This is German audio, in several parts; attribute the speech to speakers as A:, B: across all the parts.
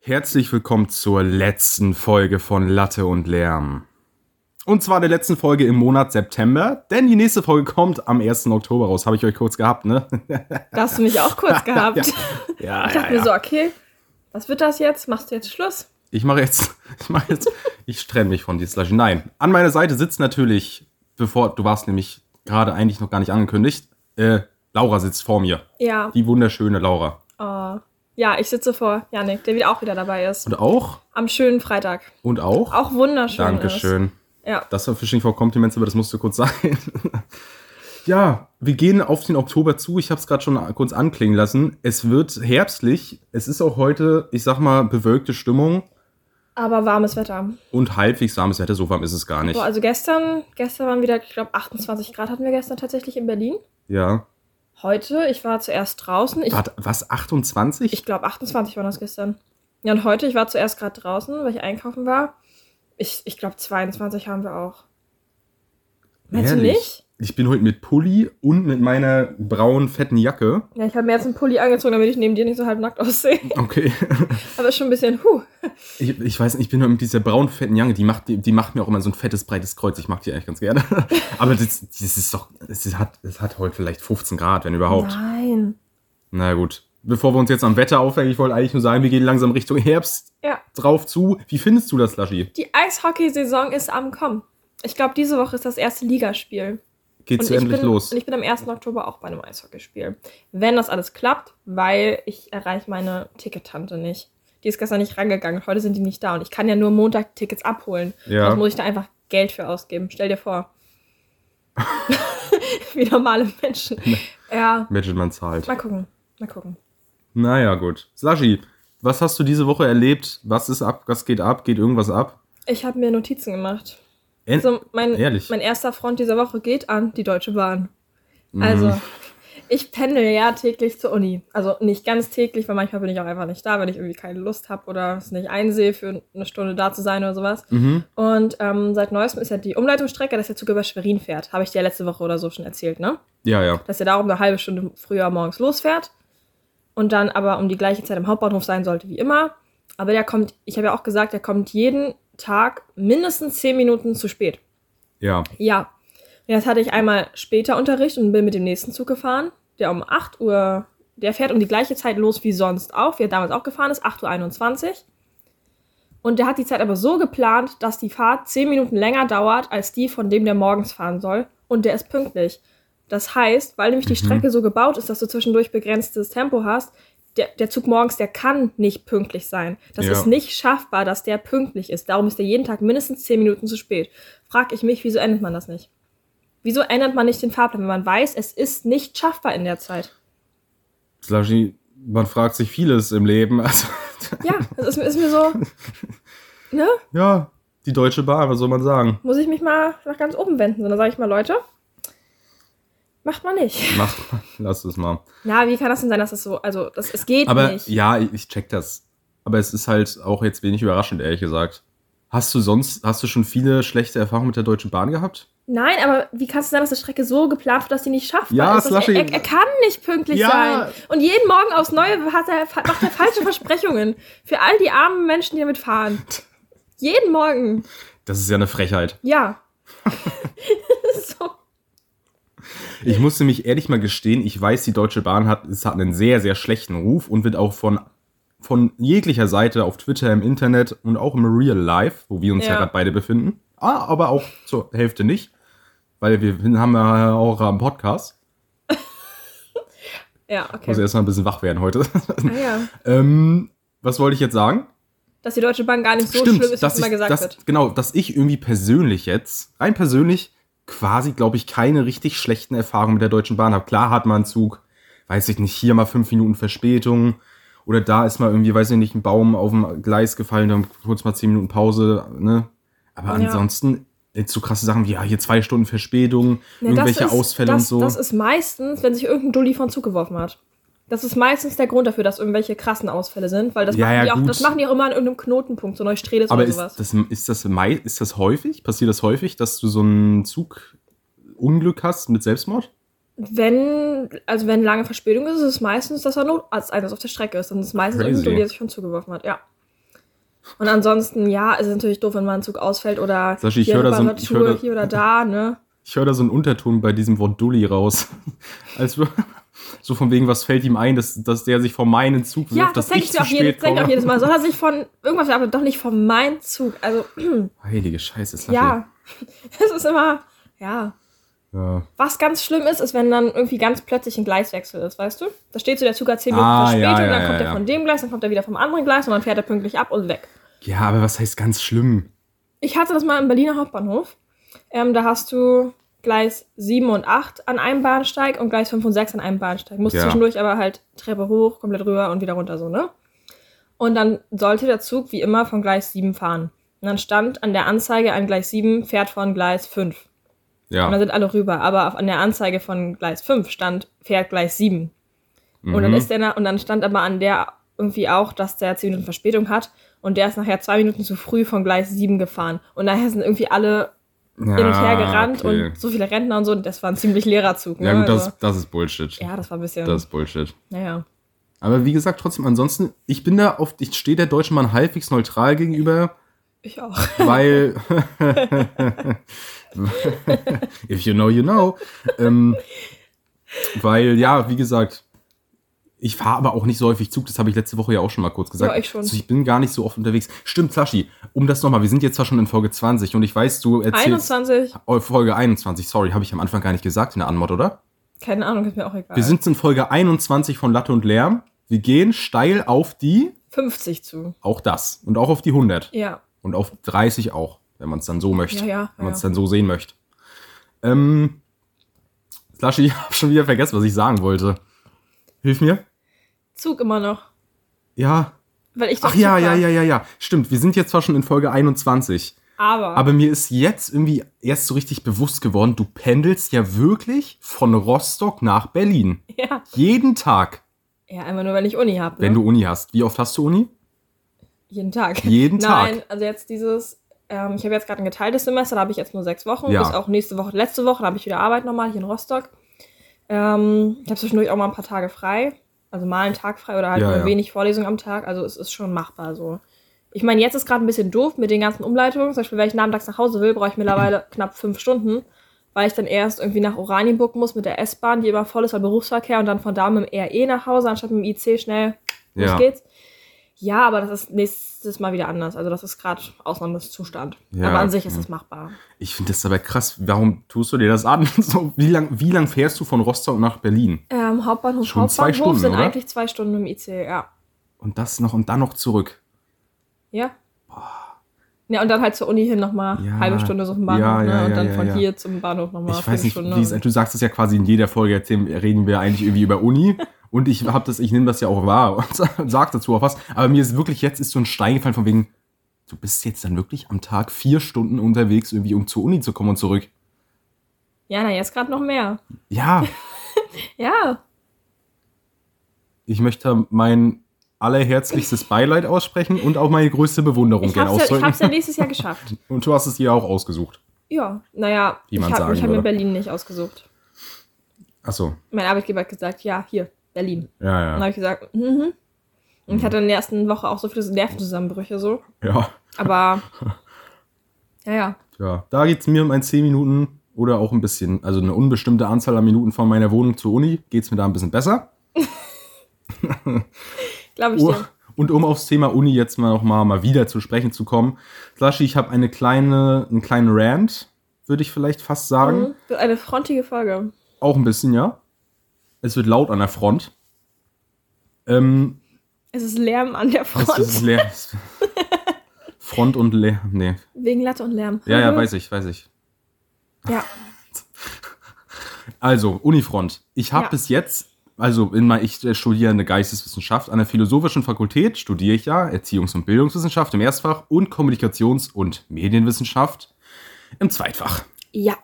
A: Herzlich willkommen zur letzten Folge von Latte und Lärm. Und zwar der letzten Folge im Monat September, denn die nächste Folge kommt am 1. Oktober raus. Habe ich euch kurz gehabt, ne?
B: Da hast du mich auch kurz gehabt.
A: Ja,
B: ich dachte mir so, okay, was wird das jetzt? Machst du jetzt Schluss?
A: Ich mache jetzt, ich mache jetzt, ich trenne mich von dir, Slash. Nein, an meiner Seite sitzt natürlich, bevor, du warst nämlich gerade eigentlich noch gar nicht angekündigt, äh, Laura sitzt vor mir.
B: Ja,
A: Die wunderschöne Laura.
B: oh. ja, ich sitze vor Janik, der wieder auch wieder dabei ist.
A: Und auch,
B: Am schönen Freitag.
A: und auch,
B: Auch wunderschön. Ist.
A: Dankeschön.
B: Ja,
A: Das war Fishing for Compliments, aber das musste kurz sein. ja, wir gehen auf den Oktober zu. Ich habe es gerade schon kurz anklingen lassen. Es wird herbstlich. Es ist auch heute, ich sag mal, bewölkte Stimmung
B: aber warmes Wetter.
A: und halbwegs warmes Wetter. So warm ist es gar nicht.
B: Boah, also gestern, gestern waren wieder, ich glaube, 28 Grad hatten wir gestern tatsächlich in Berlin.
A: Ja.
B: Heute, ich war zuerst draußen. Ich,
A: Warte, was, 28?
B: ich glaube, 28 waren das gestern. Ja, und heute, ich war zuerst gerade draußen, weil ich einkaufen war. Ich, ich glaube, 22 haben wir auch. Meinst du
A: Ehrlich?
B: nicht?
A: Ich bin heute mit Pulli und mit meiner braunen, fetten Jacke.
B: Ja, ich habe mir jetzt einen Pulli angezogen, damit ich neben dir nicht so halb nackt aussehe.
A: Okay.
B: Aber ist schon ein bisschen, huh.
A: Ich, ich weiß nicht, ich bin nur mit dieser braunen, fetten Jange, die macht, die, die macht mir auch immer so ein fettes, breites Kreuz. Ich mag die eigentlich ganz gerne. Aber das, das ist doch, es hat, es hat heute vielleicht 15 Grad, wenn überhaupt.
B: Nein.
A: Na gut. Bevor wir uns jetzt am Wetter aufhängen, ich wollte eigentlich nur sagen, wir gehen langsam Richtung Herbst
B: Ja,
A: drauf zu. Wie findest du das, Laschi?
B: die Eishockey-Saison ist am Kommen. Ich glaube, diese Woche ist das erste Ligaspiel.
A: Geht's
B: ich
A: endlich
B: bin,
A: los?
B: Und ich bin am 1. Oktober auch bei einem Eishockeyspiel. Wenn das alles klappt, weil ich erreiche meine Tickettante nicht. Die ist gestern nicht rangegangen. Heute sind die nicht da. Und ich kann ja nur Montag Tickets abholen.
A: Ja.
B: Sonst muss ich da einfach Geld für ausgeben. Stell dir vor. Wie normale Menschen. Ja,
A: Imagine, man zahlt.
B: mal gucken. Mal gucken.
A: Naja, gut. Slashi, was hast du diese Woche erlebt? Was ist ab? Was geht ab? Geht irgendwas ab?
B: Ich habe mir Notizen gemacht.
A: En-
B: Also mein,
A: Ehrlich?
B: mein erster Front dieser Woche geht an die Deutsche Bahn.
A: Mhm.
B: Also, ich pendel ja täglich zur Uni. Also nicht ganz täglich, weil manchmal bin ich auch einfach nicht da, wenn ich irgendwie keine Lust habe oder es nicht einsehe, für eine Stunde da zu sein oder sowas.
A: Mhm.
B: Und ähm, seit neuestem ist ja die Umleitungsstrecke, dass der Zug über Schwerin fährt. Habe ich dir ja letzte Woche oder so schon erzählt, ne?
A: Ja, ja.
B: Dass er darum eine halbe Stunde früher morgens losfährt und dann aber um die gleiche Zeit am Hauptbahnhof sein sollte wie immer. Aber der kommt, ich habe ja auch gesagt, der kommt jeden Tag mindestens 10 Minuten zu spät.
A: Ja.
B: Ja. Und jetzt hatte ich einmal später Unterricht und bin mit dem nächsten Zug gefahren, der um 8 Uhr, der fährt um die gleiche Zeit los wie sonst auch, wie er damals auch gefahren ist, 8.21 Uhr. Und der hat die Zeit aber so geplant, dass die Fahrt 10 Minuten länger dauert als die, von dem der morgens fahren soll. Und der ist pünktlich. Das heißt, weil nämlich die
A: Mhm.
B: Strecke so gebaut ist, dass du zwischendurch begrenztes Tempo hast, der, der Zug morgens, der kann nicht pünktlich sein. Das
A: Ja.
B: ist nicht schaffbar, dass der pünktlich ist. Darum ist er jeden Tag mindestens 10 Minuten zu spät. Frag ich mich, wieso ändert man das nicht? Wieso ändert man nicht den Fahrplan, wenn man weiß, es ist nicht schaffbar in der Zeit?
A: Slashi, man fragt sich vieles im Leben. Also,
B: Ja, das ist, ist mir so, ne?
A: ja, die Deutsche Bahn, was soll man sagen?
B: Muss ich mich mal nach ganz oben wenden? Sondern sage ich mal, Leute, macht man nicht.
A: Mach, lass es mal.
B: Na, wie kann das denn sein, dass das so, also, das, es geht
A: Aber
B: nicht.
A: ja, ich check das. Aber es ist halt auch jetzt wenig überraschend, ehrlich gesagt. Hast du sonst, hast du schon viele schlechte Erfahrungen mit der Deutschen Bahn gehabt?
B: Nein, aber wie kann es denn sein, dass die Strecke so geplant wird, dass die nicht schaffbar
A: Ja,
B: ist? Das-
A: Slushy.
B: Er, er kann nicht pünktlich
A: Ja.
B: sein. Und jeden Morgen aufs Neue hat er, macht er falsche Versprechungen für all die armen Menschen, die damit fahren. Jeden Morgen.
A: Das ist ja eine Frechheit.
B: Ja. so.
A: Ich musste mich ehrlich mal gestehen, ich weiß, die Deutsche Bahn hat, es hat einen sehr, sehr schlechten Ruf und wird auch von, von jeglicher Seite auf Twitter, im Internet und auch im Real Life, wo wir uns ja,
B: Ja.
A: gerade beide befinden, ah, aber auch zur Hälfte nicht, weil wir haben ja auch einen Podcast.
B: Ja,
A: Ich muss
B: okay.
A: erstmal ein bisschen wach werden heute.
B: Ah, ja.
A: ähm, was wollte ich jetzt sagen?
B: Dass die Deutsche Bank gar nicht so schlimm ist, wie es
A: dass
B: immer
A: ich-
B: gesagt
A: dass,
B: wird.
A: Genau, dass ich irgendwie persönlich jetzt, rein persönlich, quasi, glaube ich, keine richtig schlechten Erfahrungen mit der Deutschen Bahn habe. Klar hat man einen Zug, weiß ich nicht, hier mal fünf Minuten Verspätung oder da ist mal irgendwie, weiß ich nicht, ein Baum auf dem Gleis gefallen, dann kurz mal zehn Minuten Pause, ne? Aber
B: Ja.
A: ansonsten, jetzt so krasse Sachen wie, ja, hier zwei Stunden Verspätung,
B: Ja,
A: irgendwelche
B: das ist,
A: Ausfälle
B: das,
A: und so.
B: Das ist meistens, wenn sich irgendein Dulli von Zug geworfen hat. Das ist meistens der Grund dafür, dass irgendwelche krassen Ausfälle sind, weil das,
A: Ja,
B: machen,
A: ja,
B: die auch,
A: gut.
B: das machen die auch immer an irgendeinem Knotenpunkt, so Neustrelitz
A: Aber
B: oder
A: ist
B: sowas.
A: das, ist, das mei- ist das häufig? Passiert das häufig, dass du so ein Zugunglück hast mit Selbstmord?
B: Wenn, also wenn lange Verspätung ist, ist es meistens, dass er Notarzt eines auf der Strecke ist. Dann ist es meistens irgendein
A: Crazy.
B: Dulli, der sich von Zug geworfen hat. Ja. Und ansonsten, ja, ist es natürlich doof, wenn mal ein Zug ausfällt oder
A: Sascha, ich
B: hier
A: hör da so ein- ich
B: Reparatur
A: hör da-
B: hier oder da, ne?
A: Ich höre da so einen Unterton bei diesem Wort Dulli raus. Als wir- so von wegen, was fällt ihm ein, dass, dass der sich vor meinen Zug wirft,
B: Ja, das
A: dass ich
B: denke ich, mir
A: zu
B: auch jedes,
A: spät
B: denk ich auch
A: komme.
B: jedes Mal. Soll er sich von irgendwas aber doch nicht von meinem Zug. Also,
A: Heilige Scheiße, Sascha.
B: ja. Das ist immer, ja.
A: ja.
B: Was ganz schlimm ist, ist, wenn dann irgendwie ganz plötzlich ein Gleiswechsel ist, weißt du? Da steht so der Zug hat 10 Minuten
A: Ah,
B: Verspätung,
A: ja, ja,
B: dann
A: ja,
B: kommt er
A: ja.
B: von dem Gleis, dann kommt er wieder vom anderen Gleis und dann fährt er pünktlich ab und weg.
A: Ja, aber was heißt ganz schlimm?
B: Ich hatte das mal im Berliner Hauptbahnhof. Ähm, da hast du Gleis 7 und 8 an einem Bahnsteig und Gleis 5 und 6 an einem Bahnsteig. Musst
A: Ja.
B: zwischendurch aber halt Treppe hoch, komplett rüber und wieder runter, so, ne? Und dann sollte der Zug wie immer von Gleis 7 fahren. Und dann stand an der Anzeige an Gleis 7 fährt von Gleis 5. Und dann
A: Ja.
B: sind alle rüber. Aber auf- an der Anzeige von Gleis 5 stand fährt Gleis 7. Und dann
A: Mhm.
B: ist der, na- und dann stand aber an der irgendwie auch, dass der 10 Minuten Verspätung hat. Und der ist nachher zwei Minuten zu früh von Gleis 7 gefahren. Und nachher sind irgendwie alle
A: ja,
B: hin und her gerannt
A: Ah, okay.
B: und so viele Rentner und so. Und das war ein ziemlich leerer Zug. Ne?
A: Ja, gut,
B: also,
A: das, das ist Bullshit.
B: ja, das war ein bisschen.
A: Das ist Bullshit.
B: naja.
A: Aber wie gesagt, trotzdem, ansonsten, ich bin da oft, ich stehe der Deutschen Bahn halbwegs neutral gegenüber,
B: Ich auch.
A: weil. If you know, you know. Ähm, weil, ja, wie gesagt, ich fahre aber auch nicht so häufig Zug, das habe ich letzte Woche ja auch schon mal kurz gesagt.
B: Ja, ich schon.
A: Also ich bin gar nicht so oft unterwegs. Stimmt, Saschi, um das nochmal, wir sind jetzt zwar schon in Folge 20 und ich weiß, du erzählst.
B: 21,
A: Oh, Folge 21, sorry, habe ich am Anfang gar nicht gesagt in der Anmod, oder?
B: keine Ahnung, ist mir auch egal.
A: Wir sind in Folge 21 von Latte und Lärm. Wir gehen steil auf die,
B: 50 zu.
A: auch das. Und auch auf die 100.
B: Ja.
A: Und auf 30 auch, wenn man es dann so möchte.
B: Ja, ja,
A: wenn man es
B: ja.
A: dann so sehen möchte. Ähm, Slashy, ich habe schon wieder vergessen, was ich sagen wollte. Hilf mir.
B: Zug immer noch.
A: Ja.
B: Weil ich doch
A: Ach ja,
B: Zug
A: ja,
B: war.
A: ja, ja, ja. Stimmt, wir sind jetzt zwar schon in Folge 21.
B: Aber,
A: Aber mir ist jetzt irgendwie erst so richtig bewusst geworden, du pendelst ja wirklich von Rostock nach Berlin.
B: Ja.
A: Jeden Tag,
B: ja, einfach nur, wenn ich Uni habe. Ne?
A: wenn du Uni hast. Wie oft hast du Uni?
B: Jeden Tag.
A: Jeden Tag.
B: Nein, also jetzt dieses, ähm, ich habe jetzt gerade ein geteiltes Semester, da habe ich jetzt nur sechs Wochen.
A: Ja.
B: Bis auch nächste Woche, letzte Woche, da habe ich wieder Arbeit nochmal hier in Rostock. Ähm, ich habe zwischendurch auch mal ein paar Tage frei. Also mal einen Tag frei oder halt
A: Ja,
B: nur
A: ja.
B: wenig Vorlesung am Tag. Also es ist schon machbar so. Ich meine, jetzt ist gerade ein bisschen doof mit den ganzen Umleitungen. Zum Beispiel, wenn ich nachmittags nach Hause will, brauche ich mittlerweile knapp fünf Stunden, weil ich dann erst irgendwie nach Oranienburg muss mit der S-Bahn, die immer voll ist, weil Berufsverkehr und dann von da mit dem RE nach Hause, anstatt mit dem IC schnell los
A: Ja.
B: geht's. Ja, aber das ist nächstes Mal wieder anders. Also das ist gerade Ausnahmezustand.
A: Ja, Hm.
B: aber an sich
A: okay.
B: ist es machbar.
A: Ich finde das aber krass. Warum tust du dir das an? So, wie lang, wie lang fährst du von Rostock nach Berlin?
B: Ähm, Hauptbahnhof,
A: Schon zwei
B: Hauptbahnhof
A: Stunden,
B: sind
A: oder?
B: eigentlich zwei Stunden im IC, ja.
A: Und das noch und dann noch zurück.
B: Ja. Ja, und dann halt zur Uni hin nochmal
A: Ja.
B: halbe Stunde so vom Bahnhof,
A: Ja, ja,
B: ne? Und
A: ja,
B: dann
A: ja,
B: von
A: ja.
B: hier zum Bahnhof nochmal
A: ich weiß nicht,
B: Stunden.
A: wie es Du sagst es ja quasi in jeder Folge, jetzt reden wir eigentlich irgendwie über Uni. Und ich hab das, ich nehme das ja auch wahr und sag dazu auch was. Aber mir ist wirklich jetzt ist so ein Stein gefallen von wegen, du bist jetzt dann wirklich am Tag vier Stunden unterwegs, irgendwie um zur Uni zu kommen und zurück.
B: ja, na, jetzt gerade noch mehr.
A: Ja,
B: Ja.
A: ich möchte mein allerherzlichstes Beileid aussprechen und auch meine größte Bewunderung
B: Ich
A: gerne
B: hab's, ja, ich
A: ausdrücken.
B: hab's ja nächstes Jahr geschafft.
A: und du hast es dir auch ausgesucht.
B: Ja, naja,
A: Wie
B: ich
A: man
B: habe
A: sagen
B: ich hab mir
A: würde.
B: Berlin nicht ausgesucht.
A: Achso,
B: Mein Arbeitgeber hat gesagt, ja, hier, Berlin.
A: ja,
B: Dann
A: ja.
B: habe ich gesagt, mhm. Und ich hatte in der ersten Woche auch so viele Nervenzusammenbrüche so.
A: ja.
B: Aber ja, ja.
A: Ja, da geht's mir um ein 10 Minuten oder auch ein bisschen, also eine unbestimmte Anzahl an Minuten von meiner Wohnung zur Uni, geht's mir da ein bisschen besser.
B: Glaube ich
A: Oh,
B: dir.
A: und um aufs Thema Uni jetzt mal noch mal, mal wieder zu sprechen zu kommen. Slashi, ich habe eine kleine, einen kleinen Rant, würde ich vielleicht fast sagen.
B: Mhm. Das ist eine frontige Folge.
A: Auch ein bisschen, ja. Es wird laut an der Front. Ähm,
B: Es ist Lärm an der
A: es ist
B: Front.
A: leer. Front und leer. Nee.
B: Wegen Latte und Lärm. Mhm.
A: Ja, ja, weiß ich, weiß ich.
B: Ja.
A: Also, Unifront. Ich habe
B: Ja.
A: bis jetzt, also in mein, ich äh, studiere eine Geisteswissenschaft an der Philosophischen Fakultät, studiere ich ja Erziehungs- und Bildungswissenschaft im Erstfach und Kommunikations- und Medienwissenschaft im Zweitfach.
B: Ja.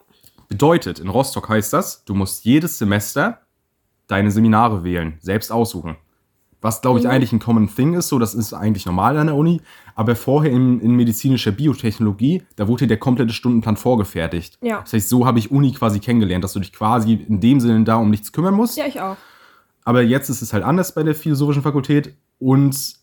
A: Bedeutet, in Rostock heißt das, du musst jedes Semester deine Seminare wählen, selbst aussuchen. Was, glaube ich,
B: Mhm.
A: eigentlich ein Common Thing ist, so das ist eigentlich normal an der Uni. Aber vorher in, in medizinischer Biotechnologie, da wurde dir der komplette Stundenplan vorgefertigt.
B: Ja.
A: Das heißt, so habe ich Uni quasi kennengelernt, dass du dich quasi in dem Sinne da um nichts kümmern musst.
B: Ja, ich auch.
A: Aber jetzt ist es halt anders bei der philosophischen Fakultät und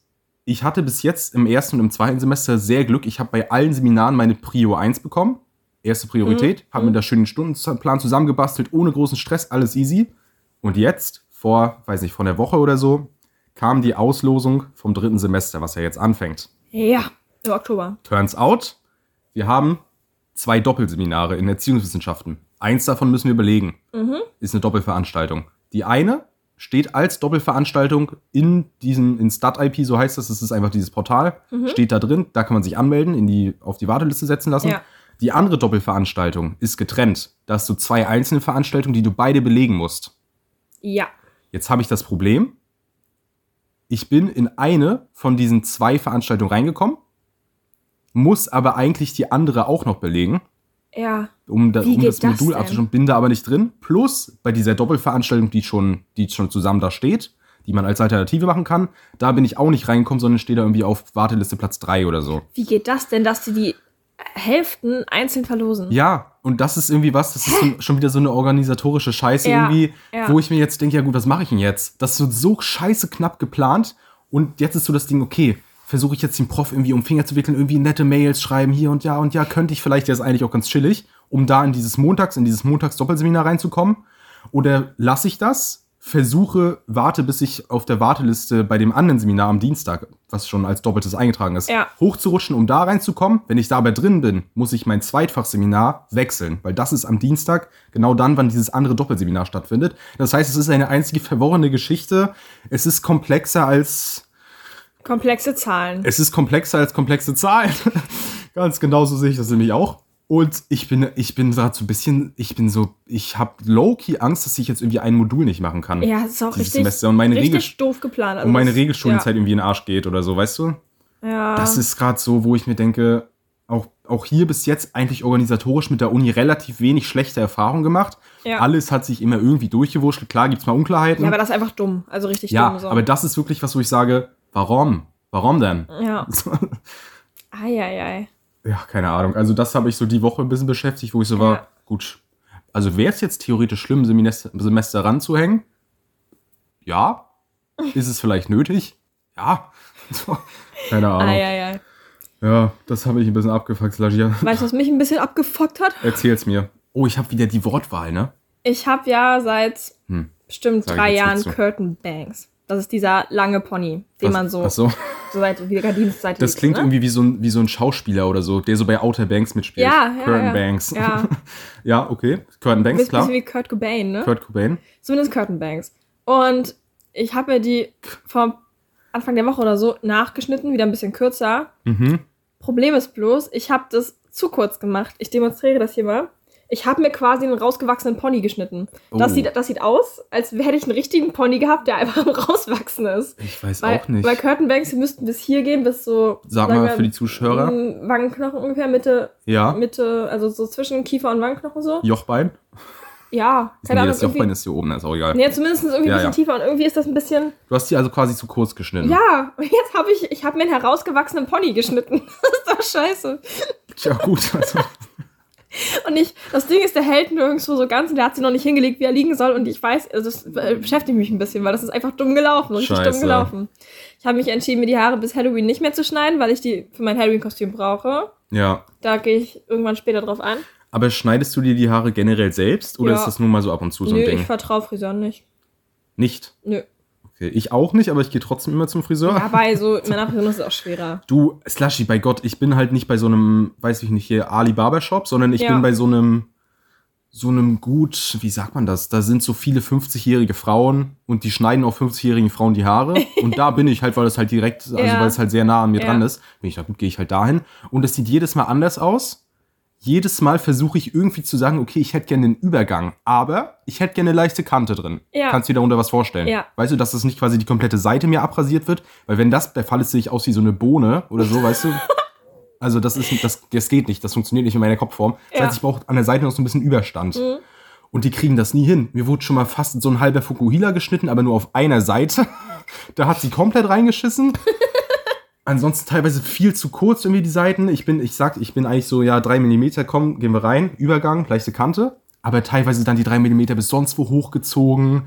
A: Ich hatte bis jetzt im ersten und im zweiten Semester sehr Glück. Ich habe bei allen Seminaren meine Prio 1 bekommen. Erste Priorität. Habe mir da schön den Stundenplan zusammengebastelt, ohne großen Stress, alles easy. Und jetzt, vor, weiß nicht, vor einer Woche oder so, kam die Auslosung vom dritten Semester, was ja jetzt anfängt.
B: Ja, im Oktober.
A: Turns out, wir haben zwei Doppelseminare in Erziehungswissenschaften. Eins davon müssen wir belegen. Ist eine Doppelveranstaltung. Die eine steht als Doppelveranstaltung in diesem, in StatIP, so heißt das, das ist einfach dieses Portal, steht da drin, da kann man sich anmelden, in die, auf die Warteliste setzen lassen.
B: Ja.
A: Die andere Doppelveranstaltung ist getrennt. Da hast du zwei einzelne Veranstaltungen, die du beide belegen musst.
B: Ja.
A: Jetzt habe ich das Problem, ich bin in eine von diesen zwei Veranstaltungen reingekommen, muss aber eigentlich die andere auch noch belegen,
B: Ja.
A: um, da,
B: Wie
A: um
B: geht
A: das
B: das
A: Modul
B: denn?
A: abzuschließen, bin da aber nicht drin. Plus bei dieser Doppelveranstaltung, die schon, die schon zusammen da steht, die man als Alternative machen kann, da bin ich auch nicht reingekommen, sondern stehe da irgendwie auf Warteliste Platz 3 oder so.
B: Wie geht das denn, dass sie die Hälften einzeln verlosen?
A: Ja, und das ist irgendwie was, das ist so, schon wieder so eine organisatorische Scheiße
B: Ja,
A: irgendwie,
B: ja.
A: wo ich mir jetzt denke, ja gut, was mache ich denn jetzt? Das ist so, so scheiße knapp geplant und jetzt ist so das Ding, okay, versuche ich jetzt den Prof irgendwie um Finger zu wickeln, irgendwie nette Mails schreiben hier und ja und ja, könnte ich vielleicht, der ist eigentlich auch ganz chillig, um da in dieses Montags, in dieses Montags-Doppelseminar reinzukommen oder lasse ich das? Versuche, warte, bis ich auf der Warteliste bei dem anderen Seminar am Dienstag, was schon als doppeltes eingetragen ist,
B: Ja.
A: hochzurutschen, um da reinzukommen. Wenn ich dabei drin bin, muss ich mein Zweitfachseminar wechseln, weil das ist am Dienstag, genau dann, wann dieses andere Doppelseminar stattfindet. Das heißt, es ist eine einzige verworrene Geschichte. Es ist komplexer als,
B: Komplexe Zahlen.
A: es ist komplexer als komplexe Zahlen. Ganz genau so sehe ich das nämlich auch. Und ich bin, ich bin gerade so ein bisschen, ich bin so, ich habe low-key Angst, dass ich jetzt irgendwie ein Modul nicht machen kann.
B: Ja, das ist auch
A: Dieses
B: richtig,
A: Semester und meine
B: richtig
A: Regel-
B: doof geplant. Also
A: und meine
B: das-
A: Regelstudienzeit irgendwie in den Arsch geht oder so, weißt du?
B: Ja. ja.
A: Das ist gerade so, wo ich mir denke, auch, auch hier bis jetzt eigentlich organisatorisch mit der Uni relativ wenig schlechte Erfahrungen gemacht.
B: Ja.
A: Alles hat sich immer irgendwie durchgewurschtelt. Klar gibt's mal Unklarheiten.
B: ja, aber das ist einfach dumm. Also richtig
A: Ja,
B: dumm. So.
A: aber das ist wirklich was, wo ich sage, warum? Warum denn?
B: ja. Eieiei.
A: ja, keine Ahnung. Also das habe ich so die Woche ein bisschen beschäftigt, wo ich so war,
B: Ja.
A: gut. Also wäre es jetzt theoretisch schlimm, Semester, Semester ranzuhängen? Ja. Ist es vielleicht nötig? Ja. keine
B: Ah,
A: Ahnung.
B: Eieiei.
A: Ja, das habe ich ein bisschen abgefuckt, Lagia.
B: Weißt du, was mich ein bisschen abgefuckt hat?
A: Erzähl's mir. Oh, ich habe wieder die Wortwahl, ne?
B: Ich habe ja seit
A: Hm.
B: bestimmt
A: Sag ich
B: drei
A: jetzt
B: Jahren
A: nicht so.
B: Curtain Bangs. Das ist dieser lange Pony, den
A: Was-
B: man so, ne?
A: Ach so.
B: so seit wieder Dienstseite
A: Das klingt irgendwie wie so, ein, wie so ein Schauspieler oder so, der so bei Outer Banks mitspielt.
B: Ja, ja,
A: Curtain
B: ja.
A: Banks.
B: Ja,
A: ja, okay. Curtain
B: ein
A: Banks,
B: bisschen
A: klar.
B: wie Kurt Cobain, ne?
A: Kurt Cobain.
B: Zumindest Curtain Banks. Und ich habe mir die vom Anfang der Woche oder so nachgeschnitten, wieder ein bisschen kürzer.
A: Mhm.
B: Problem ist bloß, ich habe das zu kurz gemacht. Ich demonstriere das hier mal. Ich habe mir quasi einen rausgewachsenen Pony geschnitten. Das,
A: Oh.
B: sieht, das sieht aus, als hätte ich einen richtigen Pony gehabt, der einfach am Rauswachsen ist.
A: Ich weiß
B: Bei,
A: auch nicht.
B: bei Curtain Banks, wir müssten bis hier gehen, bis so.
A: Sag
B: sagen
A: mal
B: wir,
A: für die Zuschauer.
B: mh, Wangenknochen ungefähr, Mitte,
A: Ja.
B: Mitte, also so zwischen Kiefer und Wangenknochen so.
A: Jochbein?
B: Ja,
A: Ist
B: keine
A: nee,
B: Ahnung.
A: das Jochbein
B: irgendwie-
A: ist hier oben, das ist auch egal.
B: Nee, zumindest irgendwie
A: Ja,
B: ein
A: ja.
B: bisschen tiefer und irgendwie ist das ein bisschen.
A: Du hast die also quasi zu kurz geschnitten.
B: Ja, und jetzt habe ich, ich habe mir einen herausgewachsenen Pony geschnitten. Das ist doch scheiße.
A: Tja, gut. Also,
B: Und ich, das Ding ist, der hält nirgendwo so ganz und der hat sie noch nicht hingelegt, wie er liegen soll. Und ich weiß, also das äh, beschäftigt mich ein bisschen, weil das ist einfach dumm gelaufen, richtig
A: Scheiße.
B: dumm gelaufen. Ich habe mich entschieden, mir die Haare bis Halloween nicht mehr zu schneiden, weil ich die für mein Halloween-Kostüm brauche.
A: ja.
B: Da gehe ich irgendwann später drauf ein.
A: Aber schneidest du dir die Haare generell selbst oder
B: Ja.
A: ist das nur mal so ab und zu so ein
B: Nö, ich
A: Ding?
B: vertraue Friseuren nicht.
A: Nicht.
B: Nö.
A: Okay. Ich auch nicht, aber ich gehe trotzdem immer zum Friseur.
B: Dabei, so in meiner Person ist es auch schwerer.
A: Du, Slushy, bei Gott, ich bin halt nicht bei so einem, weiß ich nicht, hier Ali Barbershop, sondern ich
B: Ja.
A: bin bei so einem, so einem gut, wie sagt man das? Da sind so viele 50-jährige Frauen und die schneiden auch 50-jährigen Frauen die Haare. Und da bin ich halt, weil das halt direkt, also
B: Ja.
A: weil es halt sehr nah an mir
B: Ja.
A: dran ist. Bin ich da gut, gehe ich halt dahin. Und es sieht jedes Mal anders aus. Jedes Mal versuche ich irgendwie zu sagen, okay, ich hätte gerne den Übergang, aber ich hätte gerne eine leichte Kante drin.
B: Ja.
A: Kannst du dir darunter was vorstellen?
B: Ja.
A: Weißt du, dass das nicht quasi die komplette Seite mir abrasiert wird? Weil wenn das der Fall ist, sehe ich aus wie so eine Bohne oder so, weißt du? Also das ist das, das geht nicht, das funktioniert nicht in meiner Kopfform. Das
B: Ja.
A: heißt, ich brauche an der Seite noch so ein bisschen Überstand.
B: Mhm.
A: Und die kriegen das nie hin. Mir wurde schon mal fast so ein halber Fukuhila geschnitten, aber nur auf einer Seite. Da hat sie komplett reingeschissen. Ansonsten teilweise viel zu kurz irgendwie die Seiten. Ich bin, ich sag, ich bin eigentlich so, ja, drei Millimeter, komm, gehen wir rein. Übergang, leichte Kante. Aber teilweise dann die drei Millimeter bis sonst wo hochgezogen.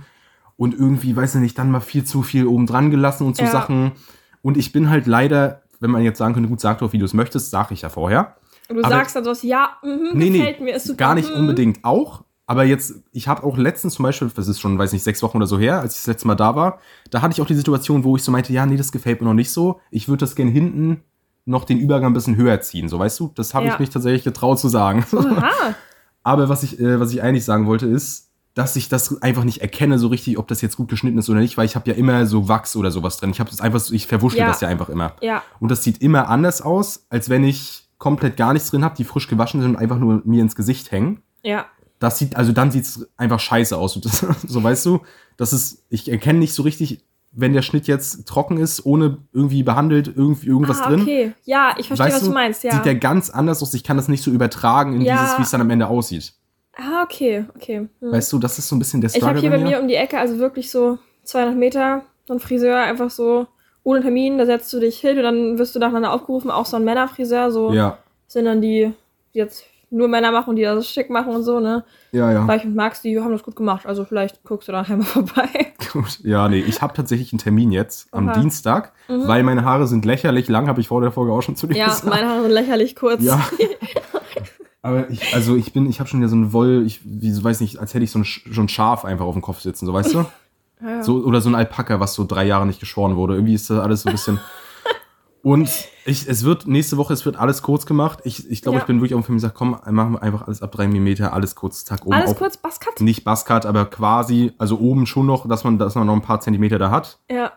A: Und irgendwie, weiß ich nicht, dann mal viel zu viel oben dran gelassen und so
B: Ja.
A: Sachen. Und ich bin halt leider, wenn man jetzt sagen könnte, gut, sag doch, wie du es möchtest, sag ich ja vorher.
B: Und du
A: Aber-
B: sagst dann sowas, ja, mhm,
A: Nee, nee,
B: gefällt mir, ist super.
A: Gar nicht
B: mhm.
A: unbedingt auch. Aber jetzt, ich habe auch letztens zum Beispiel, das ist schon, weiß nicht, sechs Wochen oder so her, als ich das letzte Mal da war, da hatte ich auch die Situation, wo ich so meinte, ja, nee, das gefällt mir noch nicht so. Ich würde das gerne hinten noch den Übergang ein bisschen höher ziehen. So, weißt du, das habe
B: Ja.
A: ich mich tatsächlich getraut zu sagen.
B: Oha.
A: Aber was ich, äh, was ich eigentlich sagen wollte, ist, dass ich das einfach nicht erkenne so richtig, ob das jetzt gut geschnitten ist oder nicht, weil ich habe ja immer so Wachs oder sowas drin. Ich habe das einfach, so- ich verwuschel
B: Ja.
A: das ja einfach immer.
B: Ja,
A: Und das sieht immer anders aus, als wenn ich komplett gar nichts drin habe, die frisch gewaschen sind und einfach nur mir ins Gesicht hängen.
B: ja.
A: Das sieht, also dann sieht's einfach scheiße aus. Und das, so weißt du, das ist, ich erkenne nicht so richtig, wenn der Schnitt jetzt trocken ist, ohne irgendwie behandelt, irgendwie irgendwas
B: ah,
A: drin.
B: okay. Ja, ich verstehe,
A: Weißt
B: was du
A: du,
B: meinst, ja.
A: Sieht der ganz anders aus. Ich kann das nicht so übertragen in
B: Ja.
A: dieses, wie es dann am Ende aussieht.
B: Ah, okay, okay. Hm.
A: Weißt du, das ist so ein bisschen der
B: ich habe
A: Struggle
B: hier
A: bei
B: bei
A: mir.
B: mir um die Ecke, also wirklich so 200 Meter, so ein Friseur, einfach so ohne Termin, da setzt du dich hin und dann wirst du nacheinander aufgerufen, auch so ein Männerfriseur, so
A: ja,
B: sind dann die, die jetzt nur Männer machen und die das schick machen und so, ne?
A: ja, ja.
B: Weil ich mit Max, die haben das gut gemacht, also vielleicht guckst du da nachher mal vorbei.
A: Gut. Ja, nee, ich habe tatsächlich einen Termin jetzt am
B: Oha.
A: Dienstag,
B: Mhm.
A: weil meine Haare sind lächerlich lang, habe ich vor der Folge auch schon zu dir
B: ja,
A: gesagt.
B: meine Haare sind lächerlich kurz.
A: Ja. Aber ich, also ich bin, ich habe schon wieder so ein Woll, ich wie, so weiß nicht, als hätte ich so ein, Sch- so ein Schaf einfach auf dem Kopf sitzen, so weißt du?
B: Ja, ja.
A: So, oder so ein Alpaka, was so drei Jahre nicht geschoren wurde. Irgendwie ist das alles so ein bisschen. Und ich, es wird nächste Woche, es wird alles kurz gemacht. Ich, ich glaube,
B: Ja.
A: ich bin wirklich auf dem Film gesagt, komm, machen wir einfach alles ab drei Millimeter, alles kurz, zack, oben.
B: Alles
A: auch
B: kurz, Baskat?
A: nicht Buzzcut, aber quasi, also oben schon noch, dass man, dass man noch ein paar Zentimeter da hat.
B: Ja.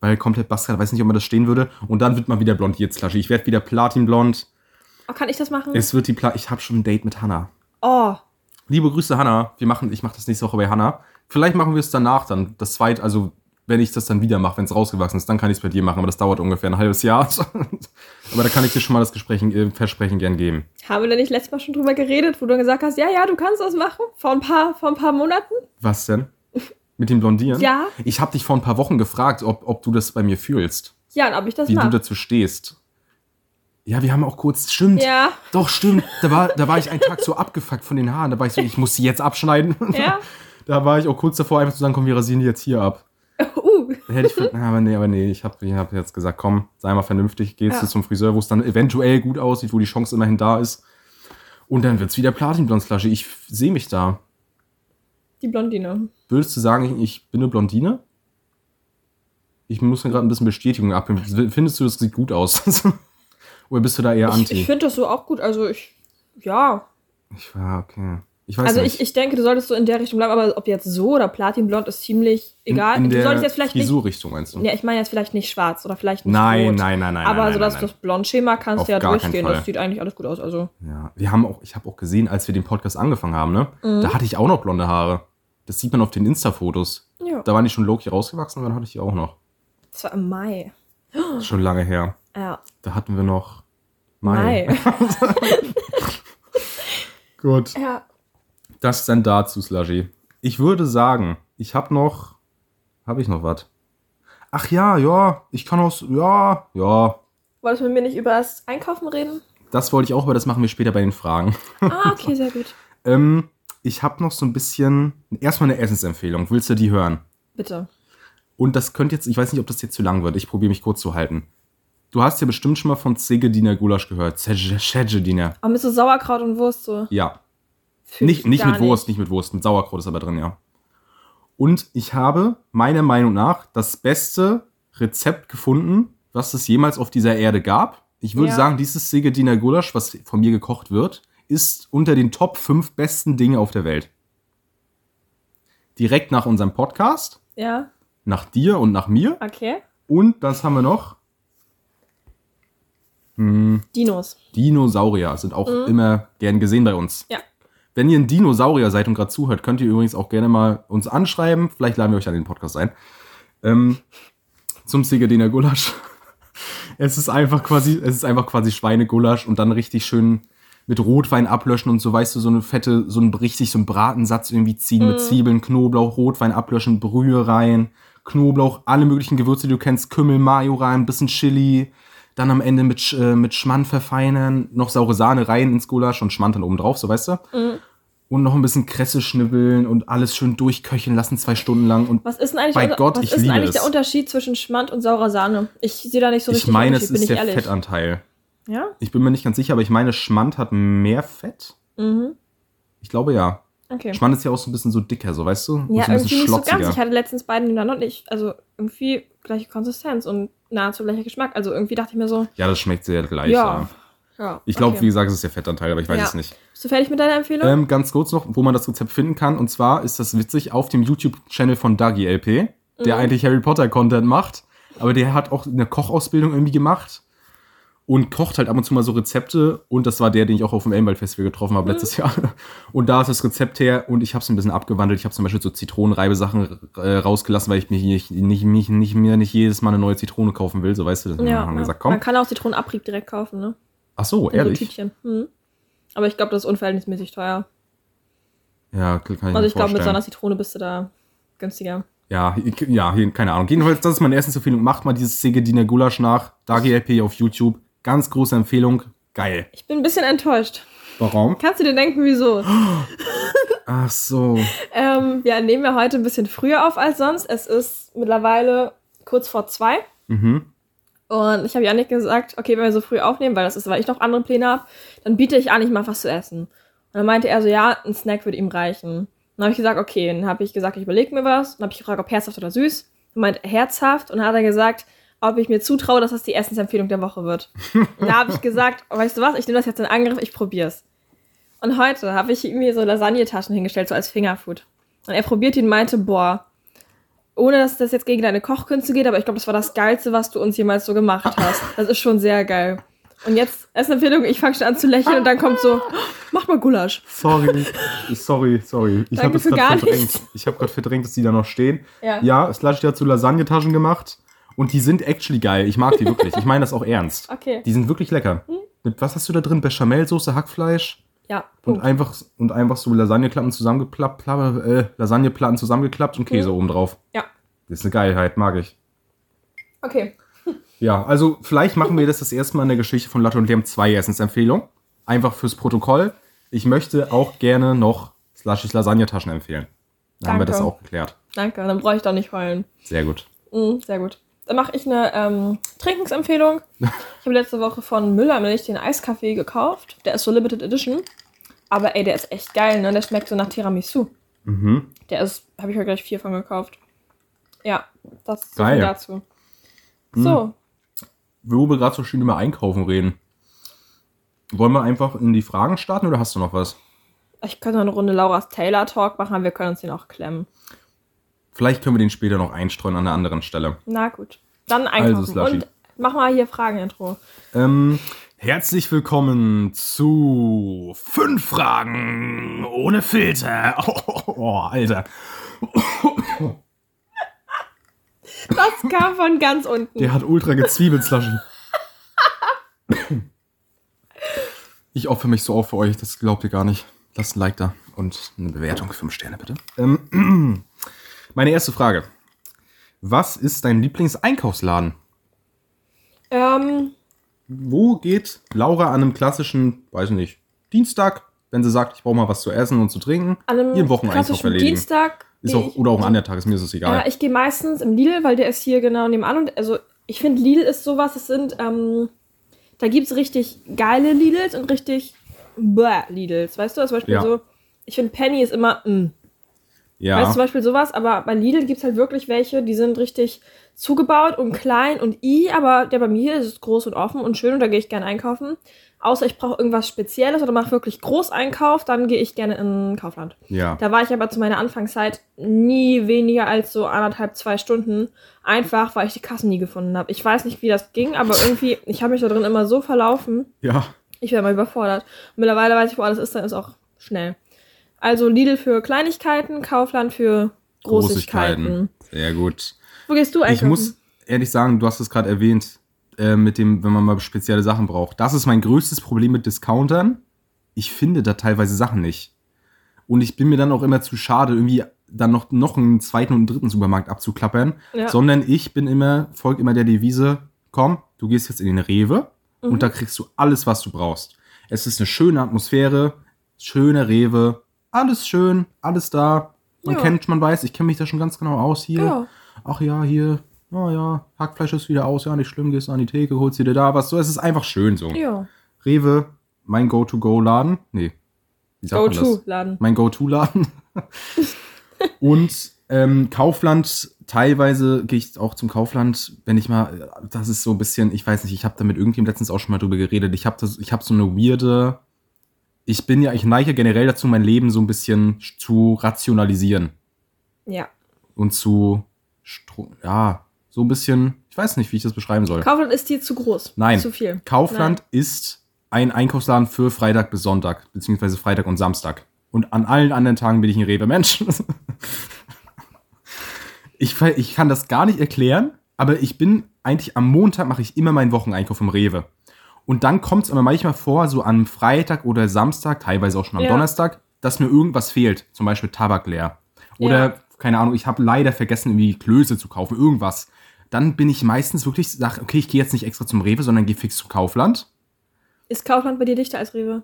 A: Weil komplett Buzzcut, weiß nicht, ob man das stehen würde. Und dann wird man wieder blond, jetzt Lasche. Ich werde wieder platinblond.
B: Oh, kann ich das machen?
A: Es wird die Pla Ich habe schon ein Date mit Hannah.
B: oh,
A: Liebe Grüße, Hannah. Wir machen, ich mache das nächste Woche bei Hannah. Vielleicht machen wir es danach dann. Das zweite, also wenn ich das dann wieder mache, wenn es rausgewachsen ist, dann kann ich es bei dir machen. Aber das dauert ungefähr ein halbes Jahr. aber da kann ich dir schon mal das Gespräch, äh, Versprechen gern geben.
B: haben wir da nicht letztes Mal schon drüber geredet, wo du gesagt hast, ja, ja, du kannst das machen? Vor ein paar, vor ein paar Monaten?
A: Was denn? Mit dem Blondieren?
B: Ja.
A: Ich habe dich vor ein paar Wochen gefragt, ob, ob du das bei mir fühlst.
B: Ja, und ob ich das
A: wie du
B: mache.
A: dazu stehst. Ja, wir haben auch kurz, stimmt,
B: Ja,
A: doch, stimmt. Da war, da war ich einen Tag so abgefuckt von den Haaren. Da war ich so, ich muss sie jetzt abschneiden.
B: ja.
A: Da war ich auch kurz davor, einfach zu sagen, komm, wir rasieren die jetzt hier ab.
B: Uh,
A: Da hätte ich, vielleicht- na, aber nee, aber nee, ich habe ich hab jetzt gesagt, komm, sei mal vernünftig, gehst
B: Ja.
A: du zum Friseur, wo es dann eventuell gut aussieht, wo die Chance immerhin da ist. Und dann wird's wieder Platinblondflasche. Ich sehe mich da.
B: die Blondine.
A: Würdest du sagen, ich, ich bin eine Blondine? Ich muss mir gerade ein bisschen Bestätigung abgeben. Findest du, das sieht gut aus? Oder bist du da eher
B: Ich,
A: anti?
B: ich finde das so auch gut. Also ich, ja.
A: Ich war, okay. Ich weiß
B: also
A: nicht.
B: ich, ich denke, du solltest so in der Richtung bleiben, aber ob jetzt so oder platinblond ist ziemlich egal.
A: In, in
B: du
A: der
B: solltest jetzt vielleicht nicht.
A: Frisur-Richtung meinst du?
B: Ja, ich meine jetzt vielleicht nicht schwarz oder vielleicht nicht
A: nein,
B: rot.
A: nein, nein, nein.
B: aber
A: nein,
B: so
A: nein,
B: dass du
A: nein.
B: das Blondschema kannst
A: Auf
B: du ja
A: gar keinen
B: durchgehen.
A: Fall.
B: Das sieht eigentlich alles gut aus. Also
A: Ja, wir haben auch, ich habe auch gesehen, als wir den Podcast angefangen haben, ne? Da hatte ich auch noch blonde Haare. Das sieht man auf den Insta-Fotos.
B: ja.
A: Da waren die schon Loki rausgewachsen, dann hatte ich die auch noch.
B: Das war im Mai.
A: Das ist Schon lange her.
B: Ja.
A: Da hatten wir noch Mai.
B: Mai.
A: Gut.
B: ja.
A: Das dann dazu, Slushy. Ich würde sagen, ich habe noch. Habe ich noch was? Ach ja, ja, ich kann aus. Ja, ja.
B: Wolltest du mit mir nicht über das Einkaufen reden?
A: Das wollte ich auch, aber das machen wir später bei den Fragen.
B: Ah, okay, sehr gut.
A: Ähm, ich habe noch so ein bisschen. Erstmal eine Essensempfehlung. Willst du die hören?
B: Bitte.
A: Und das könnte jetzt, ich weiß nicht, ob das jetzt zu lang wird. Ich probiere mich kurz zu halten. Du hast ja bestimmt schon mal von Zegediner Gulasch gehört. Zegediner.
B: Aber mit so Sauerkraut und Wurst so.
A: Ja.
B: Fühl
A: Nicht,
B: ich
A: nicht
B: gar
A: mit Wurst, nicht mit Wurst. Mit Sauerkraut ist aber drin, ja. Und ich habe meiner Meinung nach das beste Rezept gefunden, was es jemals auf dieser Erde gab. Ich würde
B: Ja.
A: sagen, dieses Segediner Gulasch, was von mir gekocht wird, ist unter den Top 5 besten Dinge auf der Welt. Direkt nach unserem Podcast,
B: Ja,
A: nach dir und nach mir.
B: okay.
A: Und das haben wir noch. Hm,
B: Dinos.
A: Dinosaurier sind auch
B: Mhm.
A: immer gern gesehen bei uns.
B: Ja.
A: Wenn ihr ein Dinosaurier seid und gerade zuhört, könnt ihr übrigens auch gerne mal uns anschreiben. Vielleicht laden wir euch an den Podcast ein. Ähm, zum Sigurdiner Gulasch. Es ist einfach quasi, es ist einfach quasi Schweinegulasch und dann richtig schön mit Rotwein ablöschen und so, weißt du, so eine fette, so ein richtig so einen Bratensatz irgendwie ziehen
B: Mhm.
A: mit Zwiebeln, Knoblauch, Rotwein ablöschen, Brühe rein, Knoblauch, alle möglichen Gewürze, die du kennst, Kümmel, Mayo rein, bisschen Chili, dann am Ende mit,
B: Mhm.
A: Sch- äh, mit Schmand verfeinern, noch saure Sahne rein ins Gulasch und Schmand dann oben drauf, so weißt du. und noch ein bisschen Kresse schnibbeln und alles schön durchköcheln lassen, zwei Stunden lang. Und
B: Was ist denn eigentlich,
A: Bei
B: unser-
A: Gott,
B: was
A: ich
B: ist denn
A: liebe
B: eigentlich der
A: es.
B: Unterschied zwischen Schmand und saurer Sahne? Ich sehe da nicht so
A: ich
B: richtig.
A: meine, es
B: Unterschied,
A: ist der
B: bin ich ehrlich.
A: Fettanteil.
B: Ja?
A: Ich bin mir nicht ganz sicher, aber ich meine, Schmand hat mehr Fett.
B: Mhm.
A: Ich glaube ja.
B: Okay.
A: Schmand ist ja auch so ein bisschen so dicker, so weißt du? Und
B: ja,
A: so ein bisschen
B: irgendwie nicht so ganz.
A: schlotziger.
B: Ich hatte letztens beiden nebeneinander und ich, also irgendwie gleiche Konsistenz und nahezu gleicher Geschmack. Also irgendwie dachte ich mir so,
A: ja, das schmeckt sehr gleich.
B: Ja.
A: Ja.
B: ja.
A: Ich glaube, wie
B: okay.
A: gesagt, es ist der Fettanteil, aber ich weiß
B: Ja.
A: es nicht.
B: Bist du fertig mit deiner Empfehlung?
A: Ähm, ganz kurz noch, wo man das Rezept finden kann. Und zwar ist das witzig auf dem YouTube-Channel von Dagi LP, der
B: Mhm.
A: eigentlich Harry Potter-Content macht. Aber der hat auch eine Kochausbildung irgendwie gemacht und kocht halt ab und zu mal so Rezepte. Und das war der, den ich auch auf dem Elmwald-Festival getroffen
B: Mhm.
A: habe letztes Jahr. Und da ist das Rezept her und ich habe es ein bisschen abgewandelt. Ich habe zum Beispiel so Zitronenreibesachen äh, rausgelassen, weil ich mich nicht, nicht, mich nicht, mir nicht jedes Mal eine neue Zitrone kaufen will. So weißt du, das
B: ja,
A: Ähm, haben
B: ja.
A: wir gesagt, komm.
B: Man kann auch Zitronenabrieb direkt kaufen, ne?
A: Ach so,
B: In So
A: ehrlich.
B: Tütchen. Mhm. Aber ich glaube, das ist unverhältnismäßig teuer.
A: Ja, kann ich mir
B: also ich glaube, mit so
A: vorstellen.
B: einer Zitrone bist du da günstiger.
A: Ja, ich- ja, hier, keine Ahnung. Jedenfalls, das ist meine erste Empfehlung. Macht mal dieses Segediner Gulasch nach. Dagi LP auf YouTube. Ganz große Empfehlung. Geil.
B: Ich bin ein bisschen enttäuscht.
A: Warum?
B: Kannst du dir denken, wieso?
A: Ach so.
B: Ähm, ja, nehmen wir heute ein bisschen früher auf als sonst. Es ist mittlerweile kurz vor zwei.
A: Mhm.
B: Und ich habe Janik gesagt, okay, wenn wir so früh aufnehmen, weil das ist, weil ich noch andere Pläne habe, dann biete ich an, ich mache was zu essen. Und dann meinte er so, ja, ein Snack würde ihm reichen. Dann habe ich gesagt, okay, dann habe ich gesagt, ich überlege mir was. Dann habe ich gefragt, ob herzhaft oder süß. Dann meint er herzhaft und dann hat er gesagt, ob ich mir zutraue, dass das die Essensempfehlung der Woche wird. Und da habe ich gesagt, weißt du was, ich nehme das jetzt in Angriff, ich probier's. Und heute habe ich mir so Lasagnetaschen hingestellt, so als Fingerfood. Und er probiert ihn und meinte, boah, ohne dass das jetzt gegen deine Kochkünste geht, aber ich glaube, das war das Geilste, was du uns jemals so gemacht hast. Das ist schon sehr geil. Und jetzt Essempfehlung, ich fange schon an zu lächeln und dann kommt so, mach mal Gulasch.
A: Sorry. sorry, sorry. Ich
B: Danke
A: habe das
B: für gar
A: gerade verdrängt.
B: nichts.
A: Ich habe gerade verdrängt, dass die da noch stehen.
B: Ja.
A: Ja, Slash, die hat so Lasagnetaschen gemacht. Und die sind actually geil. Ich mag die wirklich. Ich meine das auch ernst.
B: Okay. Hm?
A: Die sind wirklich lecker. Mit was hast du da drin? Bechamelsoße, Hackfleisch
B: Ja,
A: und
B: Punkt.
A: einfach, und einfach so Lasagneklappen zusammengeklappt, Plappe- äh, Lasagneplatten zusammengeklappt und Käse
B: Mhm.
A: oben drauf.
B: Ja.
A: Das ist eine Geilheit, mag ich.
B: Okay.
A: Ja, also vielleicht machen wir das das erste Mal in der Geschichte von Latte und Lärm zwei Essensempfehlungen. Einfach fürs Protokoll. Ich möchte auch gerne noch Slashis Lasagnetaschen empfehlen. Dann haben wir
B: Danke.
A: das auch geklärt.
B: Danke, dann brauche ich doch nicht heulen.
A: Sehr gut.
B: Mhm, sehr gut. Dann mache ich eine ähm, Trinkensempfehlung. Ich habe letzte Woche von Müller Milch den Eiskaffee gekauft. Der ist so Limited Edition. Aber ey, der ist echt geil, ne? Der schmeckt so nach Tiramisu.
A: Mhm.
B: Der ist, habe ich heute gleich vier von gekauft. Ja, das ist so
A: Geil. Mhm.
B: viel dazu. So,
A: Wo wir gerade so schön über Einkaufen reden. Wollen wir einfach in die Fragen starten oder hast du noch was?
B: ich könnte noch eine Runde Laura's Taylor Talk machen, aber wir können uns den auch klemmen.
A: Vielleicht können wir den später noch einstreuen an einer anderen Stelle.
B: Na gut. Dann einkaufen.
A: Also, Slushy.
B: und mach mal hier Fragen-Intro.
A: Ähm, herzlich willkommen zu fünf Fragen ohne Filter. Oh, oh, oh Alter.
B: Das kam von ganz unten.
A: Der hat ultra gezwiebelt, Slushy. Ich opfer mich so auf für euch, das glaubt ihr gar nicht. Lasst ein Like da und eine Bewertung, fünf Sterne bitte. Ähm, meine erste Frage. Was ist dein Lieblingseinkaufsladen?
B: Ähm,
A: Wo geht Laura an einem klassischen, weiß nicht, Dienstag, wenn sie sagt, ich brauche mal was zu essen und zu trinken,
B: an einem
A: ihren Wocheneinkauf
B: klassischen
A: erledigen?
B: Dienstag.
A: Ist
B: geh
A: auch,
B: ich-
A: oder auch ein anderer Tag, ist mir ist es egal.
B: Ja, Ah, ich gehe meistens im Lidl, weil der ist hier genau nebenan. Und also ich finde, Lidl ist sowas, es sind, ähm, da gibt's richtig geile Lidls und richtig bäh Lidls. Weißt du, zum Beispiel
A: Ja.
B: so, ich finde Penny ist immer, mh.
A: ja,
B: Weißt du, zum Beispiel sowas, aber bei Lidl gibt's halt wirklich welche, die sind richtig zugebaut und klein und i, aber der bei mir ist es groß und offen und schön und da gehe ich gerne einkaufen. Außer ich brauche irgendwas Spezielles oder mache wirklich Großeinkauf, dann gehe ich gerne in Kaufland.
A: ja.
B: Da war ich aber zu meiner Anfangszeit nie weniger als so anderthalb, zwei Stunden. Einfach, weil ich die Kassen nie gefunden habe. Ich weiß nicht, wie das ging, aber irgendwie, ich habe mich da drin immer so verlaufen.
A: ja.
B: Ich wäre mal überfordert. Mittlerweile weiß ich, wo alles ist, dann ist auch schnell. Also Lidl für Kleinigkeiten, Kaufland für Großigkeiten.
A: Sehr gut.
B: Wo gehst du
A: Ich
B: einkaufen?
A: muss ehrlich sagen, du hast es gerade erwähnt, äh, mit dem, wenn man mal spezielle Sachen braucht. Das ist mein größtes Problem mit Discountern. Ich finde da teilweise Sachen nicht. Und ich bin mir dann auch immer zu schade, irgendwie dann noch, noch einen zweiten und einen dritten Supermarkt abzuklappern.
B: Ja.
A: Sondern ich bin immer, folge immer der Devise, komm, du gehst jetzt in den Rewe
B: Mhm.
A: und da kriegst du alles, was du brauchst. Es ist eine schöne Atmosphäre, schöne Rewe, Alles schön, alles da. Man
B: Ja.
A: kennt, man weiß, ich kenne mich da schon ganz genau aus hier.
B: Ja.
A: Ach ja, hier. Oh ja, Hackfleisch ist wieder aus. Ja, nicht schlimm, gehst an die Theke, holst dir da was. So, es ist einfach schön so.
B: Ja.
A: Rewe, mein Go-to-Go-Laden. Nee. Wie sagt man das?
B: Go-To-Laden.
A: mein Go-To-Laden. und ähm, Kaufland, teilweise gehe ich auch zum Kaufland, wenn ich mal, das ist so ein bisschen, ich weiß nicht, ich habe da mit irgendjemandem letztens auch schon mal drüber geredet. Ich habe hab so eine weirde, ich bin ja, ich neige generell dazu, mein Leben so ein bisschen zu rationalisieren
B: Ja.
A: und zu, stru- ja, so ein bisschen, ich weiß nicht, wie ich das beschreiben soll.
B: Kaufland ist dir zu groß.
A: Nein.
B: Zu viel.
A: Kaufland ist ein Einkaufsladen für Freitag bis Sonntag, beziehungsweise Freitag und Samstag. Und an allen anderen Tagen bin ich ein Rewe-Mensch. ich, ver- ich kann das gar nicht erklären, aber ich bin eigentlich am Montag mache ich immer meinen Wocheneinkauf im Rewe. Und dann kommt es aber manchmal vor, so am Freitag oder Samstag, teilweise auch schon am
B: Ja.
A: Donnerstag, dass mir irgendwas fehlt. Zum Beispiel Tabak leer. Oder,
B: Ja.
A: keine Ahnung, ich habe leider vergessen, irgendwie Klöße zu kaufen, irgendwas. Dann bin ich meistens wirklich, sag, okay, ich gehe jetzt nicht extra zum Rewe, sondern gehe fix zu Kaufland.
B: Ist Kaufland bei dir dichter als Rewe?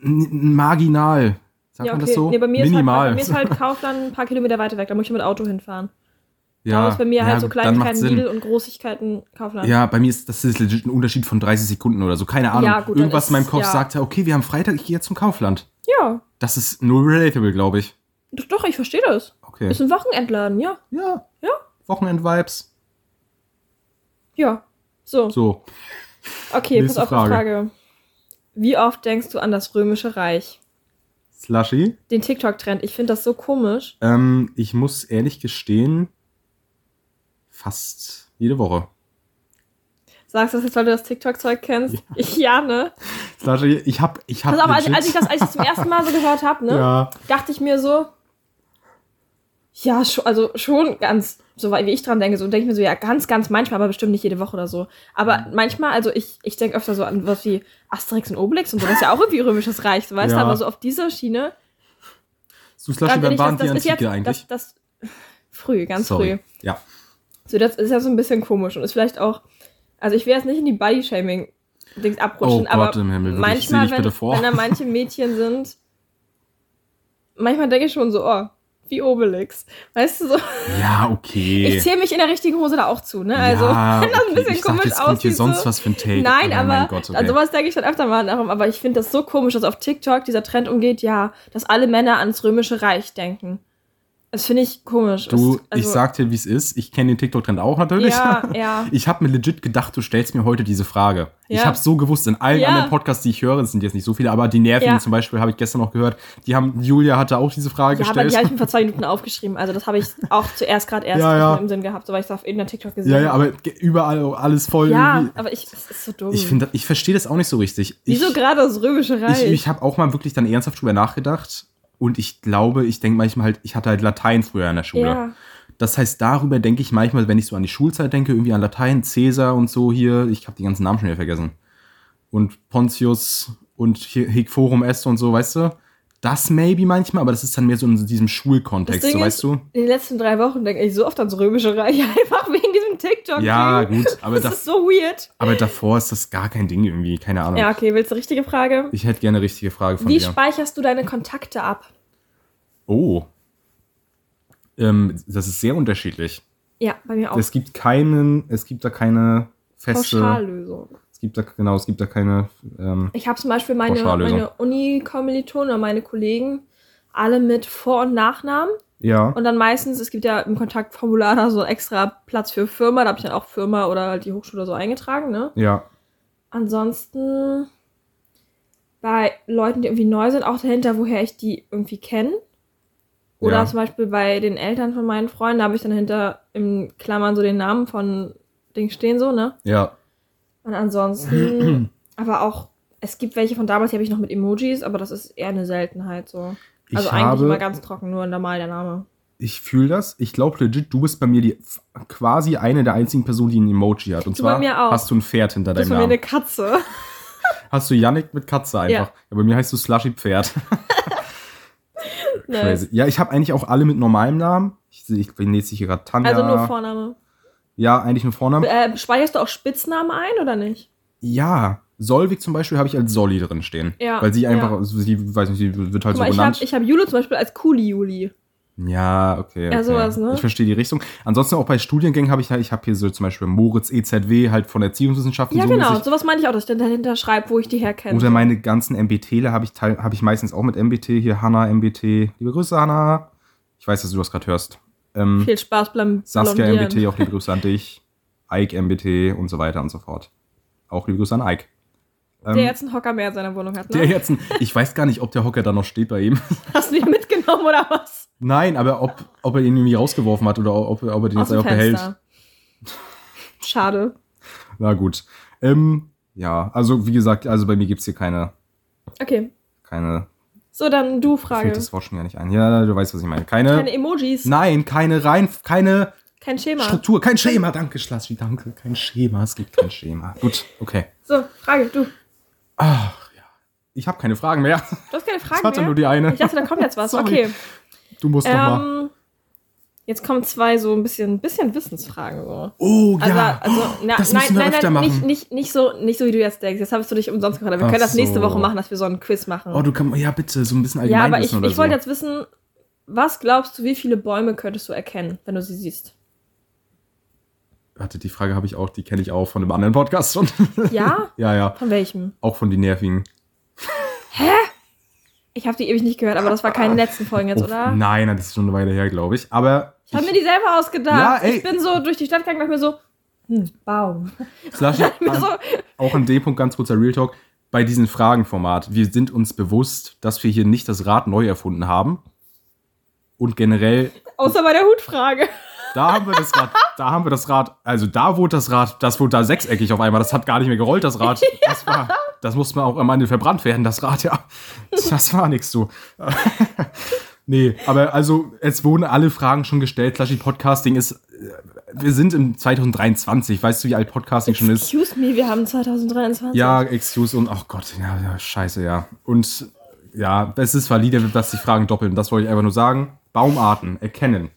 A: N marginal. Sagt man das so?
B: Nee, bei mir
A: Minimal.
B: Ist halt, bei mir ist halt Kaufland ein paar Kilometer weiter weg. Da muss ich mit Auto hinfahren.
A: ja,
B: da ist bei mir
A: ja,
B: halt so
A: gut, dann macht's
B: Kleinigkeiten
A: Sinn.
B: Lidl und Großigkeiten Kaufland.
A: Ja, bei mir ist das ist legit ein Unterschied von 30 Sekunden oder so. Keine Ahnung.
B: Ja, gut, dann
A: Irgendwas
B: ist-
A: in meinem Kopf
B: ja.
A: sagt ja, okay, wir haben Freitag, ich gehe jetzt zum Kaufland.
B: ja.
A: Das ist nur relatable, glaube ich.
B: Doch, doch, ich verstehe das.
A: Okay.
B: Ist ein Wochenendladen, ja.
A: Ja.
B: Ja.
A: Wochenend-Vibes.
B: Ja. So.
A: So.
B: Okay,
A: nächste
B: pass auf
A: Frage.
B: die Frage. Wie oft denkst du an das Römische Reich?
A: Slushy.
B: Den TikTok-Trend. Ich finde das so komisch.
A: Ähm, ich muss ehrlich gestehen, fast jede Woche.
B: Sagst du das jetzt, weil du das TikTok-Zeug kennst? Ja, ja ne?
A: Slushy, ich hab, ich hab
B: Pass auf, als,
A: legit-
B: als ich das als ich das zum ersten Mal so gehört habe, ne?
A: Ja.
B: dachte ich mir so, ja, scho- also schon ganz, so weit wie ich dran denke, so denke ich mir so, ja, ganz, ganz manchmal, aber bestimmt nicht jede Woche oder so. Aber
A: Mhm.
B: manchmal, also ich, ich denke öfter so an was wie Asterix und Obelix und so, das ist ja auch irgendwie römisches Reich, so, weißt
A: Ja.
B: du, aber so auf dieser Schiene.
A: So, Slushy,
B: dann bin
A: wann
B: ich-
A: waren die
B: ist
A: Antike
B: jetzt-
A: eigentlich?
B: Das, das, früh, ganz
A: Sorry.
B: früh.
A: Ja.
B: So, das ist ja so ein bisschen komisch und ist vielleicht auch, also ich will jetzt nicht in die Body-Shaming-Dings abrutschen,
A: Oh
B: aber
A: Gott im Himmel, wirklich, sieh
B: manchmal,
A: dich
B: wenn,
A: bitte vor.
B: wenn da manche Mädchen sind, manchmal denke ich schon so, oh, wie Obelix. Weißt du, so,
A: Ja, okay.
B: ich zähle mich in der richtigen Hose da auch zu, ne? Also,
A: ja,
B: wenn das ein bisschen
A: ich dachte,
B: komisch
A: jetzt kommt hier
B: aussieht,
A: sonst
B: so.
A: was für ein Take.
B: Nein,
A: Oh
B: aber also
A: Mein Gott, okay.
B: an sowas denke ich dann öfter mal darum. Aber ich finde das so komisch, dass auf TikTok dieser Trend umgeht, ja, dass alle Männer ans Römische Reich denken. Das finde ich komisch.
A: du,
B: Das- also-
A: ich sag dir, wie es ist. Ich kenne den TikTok-Trend auch natürlich.
B: Ja, ja.
A: Ich habe mir legit gedacht, du stellst mir heute diese Frage. Ich
B: Ja.
A: habe so gewusst, in allen
B: Ja.
A: anderen Podcasts, die ich höre, es sind jetzt nicht so viele, aber die nervigen
B: Ja.
A: zum Beispiel habe ich gestern noch gehört. Die haben, Julia hatte auch diese Frage
B: Ja, aber die
A: gestellt.
B: habe ich mir vor zwei Minuten aufgeschrieben. Also das habe ich auch zuerst gerade erst
A: Ja, ja.
B: im Sinn gehabt, so weil ich es auf irgendeiner TikTok gesehen
A: ja,
B: habe.
A: ja, aber ge- überall alles voll.
B: ja,
A: irgendwie.
B: aber ich, es ist so dumm.
A: Ich finde, ich verstehe das auch nicht so richtig.
B: Wieso
A: ich,
B: gerade das Römische Reich?
A: Ich, ich habe auch mal wirklich dann ernsthaft drüber nachgedacht und ich glaube, ich denke manchmal halt, ich hatte halt Latein früher in der Schule.
B: ja,
A: Das heißt, darüber denke ich manchmal, wenn ich so an die Schulzeit denke, irgendwie an Latein, Cäsar und so hier. Ich habe die ganzen Namen schon wieder vergessen. Und Pontius und hier Hic Forum Est und so, weißt du? Das maybe manchmal, aber das ist dann mehr so in diesem
B: das
A: Schulkontext,
B: Ding
A: so,
B: ist,
A: weißt du?
B: in den letzten drei Wochen denke ich so oft ans Römische Reich, einfach wegen diesem TikTok.
A: Ja,
B: Ding.
A: gut, aber,
B: Das
A: das,
B: ist so weird.
A: aber davor ist das gar kein Ding irgendwie, keine Ahnung.
B: Ja, okay, willst du richtige Frage?
A: Ich hätte gerne eine richtige Frage von
B: Wie
A: dir.
B: speicherst du deine Kontakte ab?
A: Oh. Ähm, das ist sehr unterschiedlich.
B: Ja, bei mir auch.
A: Es gibt keinen, es gibt da keine feste.
B: Pauschallösung.
A: Es gibt da, genau, es gibt da keine. Ähm,
B: Ich habe zum Beispiel meine,
A: Pauschallösung.
B: meine Uni-Kommilitonen oder meine Kollegen alle mit Vor- und Nachnamen.
A: ja.
B: Und dann meistens, es gibt ja im Kontaktformular da so einen extra Platz für Firma, da habe ich dann auch Firma oder halt die Hochschule so eingetragen, ne?
A: Ja.
B: Ansonsten bei Leuten, die irgendwie neu sind, auch dahinter, woher ich die irgendwie kenne. Oder
A: Ja.
B: zum Beispiel bei den Eltern von meinen Freunden, da habe ich dann hinter im Klammern so den Namen von Ding stehen, so, ne?
A: Ja.
B: Und ansonsten, aber auch, es gibt welche von damals, die habe ich noch mit Emojis, aber das ist eher eine Seltenheit so.
A: Ich
B: Also eigentlich immer
A: habe,
B: ganz trocken, nur normal der Name.
A: ich fühle das. Ich glaube legit, du bist bei mir die f- quasi eine der einzigen Personen, die ein Emoji hat. Und
B: Du bei
A: zwar
B: mir auch.
A: hast du ein Pferd hinter
B: Das ist
A: deinem
B: von mir eine
A: Namen.
B: Katze.
A: Hast du Yannick mit Katze einfach.
B: Ja.
A: Ja. bei mir heißt du Slushy Pferd.
B: Nice.
A: Crazy. Ja, ich habe eigentlich auch alle mit normalem Namen. Ich, seh- ich bin jetzt hier gerade Tanja.
B: Also nur Vorname.
A: Ja, eigentlich nur Vornamen.
B: Äh, speicherst du auch Spitznamen ein oder nicht?
A: Ja, Solvik zum Beispiel habe ich als Solli drin stehen.
B: Ja,
A: Weil sie
B: ja.
A: einfach, sie weiß nicht, sie wird halt
B: Guck mal,
A: so
B: ich
A: genannt.
B: habe ich hab Jule zum Beispiel als Kuli Juli.
A: Ja, okay. okay.
B: Ja, sowas, ne?
A: Ich verstehe die Richtung. Ansonsten auch bei Studiengängen habe ich halt, ich habe hier so zum Beispiel Moritz EZW halt von Erziehungswissenschaften
B: Ja,
A: so
B: genau.
A: mäßig.
B: Sowas meine ich auch, dass ich dann dahinter schreibe, wo ich die herkenne.
A: Oder meine ganzen MBTler habe ich, teil- habe ich meistens auch mit MBT. Hier Hanna MBT. Liebe Grüße, Hanna. Ich weiß, dass du das gerade hörst. Ähm,
B: Viel Spaß beim
A: Saskia
B: Blondieren.
A: MBT, auch liebe Grüße an dich. Ike MBT und so weiter und so fort. Auch liebe Grüße an Ike. Ähm,
B: Der jetzt einen Hocker mehr in seiner Wohnung hat, ne?
A: der jetzt ein, ich weiß gar nicht, ob der Hocker da noch steht bei ihm.
B: Hast du ihn mitgenommen oder was?
A: Nein, aber ob, ob er ihn irgendwie rausgeworfen hat oder ob, ob er den
B: Aus
A: jetzt
B: dem
A: einfach behält.
B: Fenster. Schade.
A: Na gut. Ähm, ja, also wie gesagt, also bei mir gibt's hier keine,
B: Okay.
A: keine,
B: So, dann du
A: fällt
B: Frage.
A: das Wort schon gar nicht ein. Ja, du weißt, was ich meine. Keine,
B: Keine Emojis,
A: nein, keine rein, keine
B: kein Schema.
A: Struktur, kein Schema. Danke, Schlassi, danke. Kein Schema, es gibt kein Schema. Gut, okay.
B: So, Frage, du. Du
A: Ach, ja. Ich habe keine Fragen mehr.
B: hast keine
A: Ich
B: Fragen
A: hatte
B: mehr?
A: nur die eine.
B: Ich dachte, da kommt jetzt was.
A: Sorry.
B: Okay.
A: Du musst noch mal.
B: Ähm, jetzt kommen zwei so ein bisschen, bisschen Wissensfragen. So.
A: Oh,
B: Also,
A: ja.
B: also na,
A: das
B: nein,
A: müssen wir
B: nein,
A: öfter
B: nein, nicht,
A: machen.
B: nicht, nicht, so, nicht so, wie du jetzt denkst. Jetzt hast du dich umsonst gefragt. aber Wir
A: Ach
B: können das nächste
A: so.
B: Woche machen, dass wir so einen Quiz machen.
A: Oh, du kannst, ja bitte, so ein bisschen
B: ja,
A: allgemein
B: aber ich,
A: wissen oder
B: ich
A: so.
B: wollte jetzt wissen, was glaubst du, wie viele Bäume könntest du erkennen, wenn du sie siehst?
A: Warte, die Frage habe ich auch, die kenne ich auch von einem anderen Podcast schon.
B: Ja?
A: ja, ja,
B: Von welchem?
A: auch von den nervigen.
B: Ich habe die ewig nicht gehört, aber das war keine letzten Folgen jetzt,
A: Oh,
B: oder?
A: Nein, das ist schon eine Weile her, glaube ich. Aber
B: Ich habe mir die selber ausgedacht.
A: Ja, ey.
B: ich bin so durch die Stadt gegangen und dachte mir so, hm, Baum.
A: Slashy,
B: Mir so,
A: auch an dem Punkt ganz kurzer Real Talk. Bei diesem Fragenformat, wir sind uns bewusst, dass wir hier nicht das Rad neu erfunden haben. Und generell,
B: außer bei der Hutfrage.
A: da haben wir das Rad, da haben wir das Rad, also da wurde das Rad, das wurde da sechseckig auf einmal, das hat gar nicht mehr gerollt, das Rad. Das, war, das musste man auch am Ende verbrannt werden, das Rad, ja. Das war nichts so. Nee, aber also, es wurden alle Fragen schon gestellt. Slashy Podcasting ist, äh, wir sind im 2023, weißt du, wie alt Podcasting schon ist?
B: Excuse me, wir haben 2023.
A: Ja, Excuse und, ach Gott, ja, ja, scheiße, ja. Und ja, es ist valide, dass die Fragen doppeln. Das wollte ich einfach nur sagen. Baumarten erkennen.